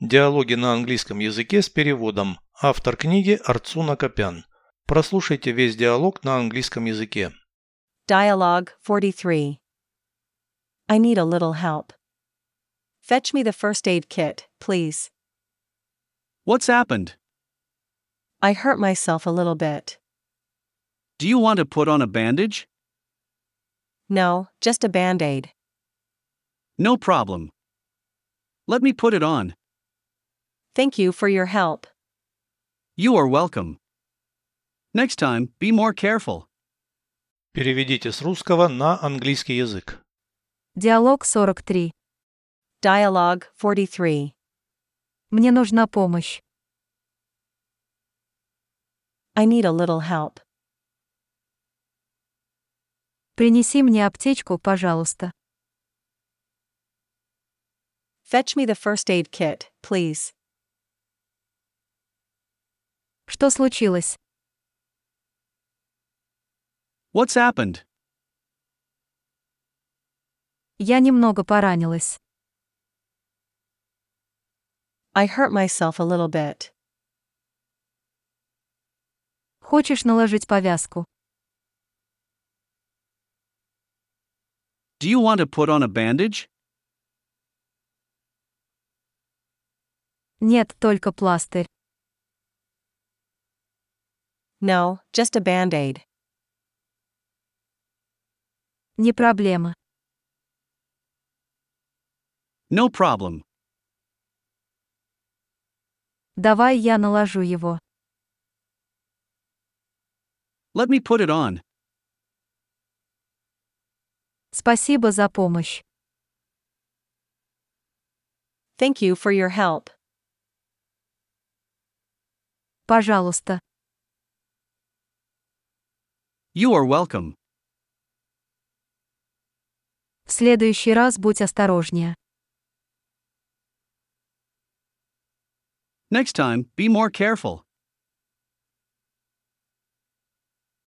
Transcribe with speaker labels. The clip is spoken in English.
Speaker 1: Диалоги на английском языке с переводом. Автор книги Арцуна Копян. Прослушайте весь диалог на английском языке.
Speaker 2: Dialogue 43. I need a little help. Fetch me the first aid kit, please.
Speaker 3: What's happened?
Speaker 2: I hurt myself a little bit.
Speaker 3: Do you want to put on a bandage?
Speaker 2: No, just a band aid.
Speaker 3: No problem. Let me put it on.
Speaker 2: Thank you for your help.
Speaker 3: You are welcome. Next time, be more careful.
Speaker 1: Переведите с русского на английский язык.
Speaker 4: Диалог 43.
Speaker 2: Dialogue 43.
Speaker 4: Мне нужна помощь.
Speaker 2: I need a little help.
Speaker 4: Принеси мне аптечку, пожалуйста.
Speaker 2: Fetch me the first aid kit, please.
Speaker 4: Что случилось?
Speaker 3: What's happened?
Speaker 4: Я немного поранилась.
Speaker 2: I hurt myself a little bit.
Speaker 4: Хочешь наложить повязку?
Speaker 3: Do you want to put on a bandage?
Speaker 4: Нет, только пластырь.
Speaker 2: No, just a band aid.
Speaker 4: Не проблема.
Speaker 3: No problem.
Speaker 4: Давай я наложу его.
Speaker 3: Let me put it on.
Speaker 4: Спасибо за помощь.
Speaker 2: Thank you for your help.
Speaker 4: Пожалуйста.
Speaker 3: You are welcome.
Speaker 4: В следующий раз будь осторожнее.
Speaker 3: Next time, be more careful.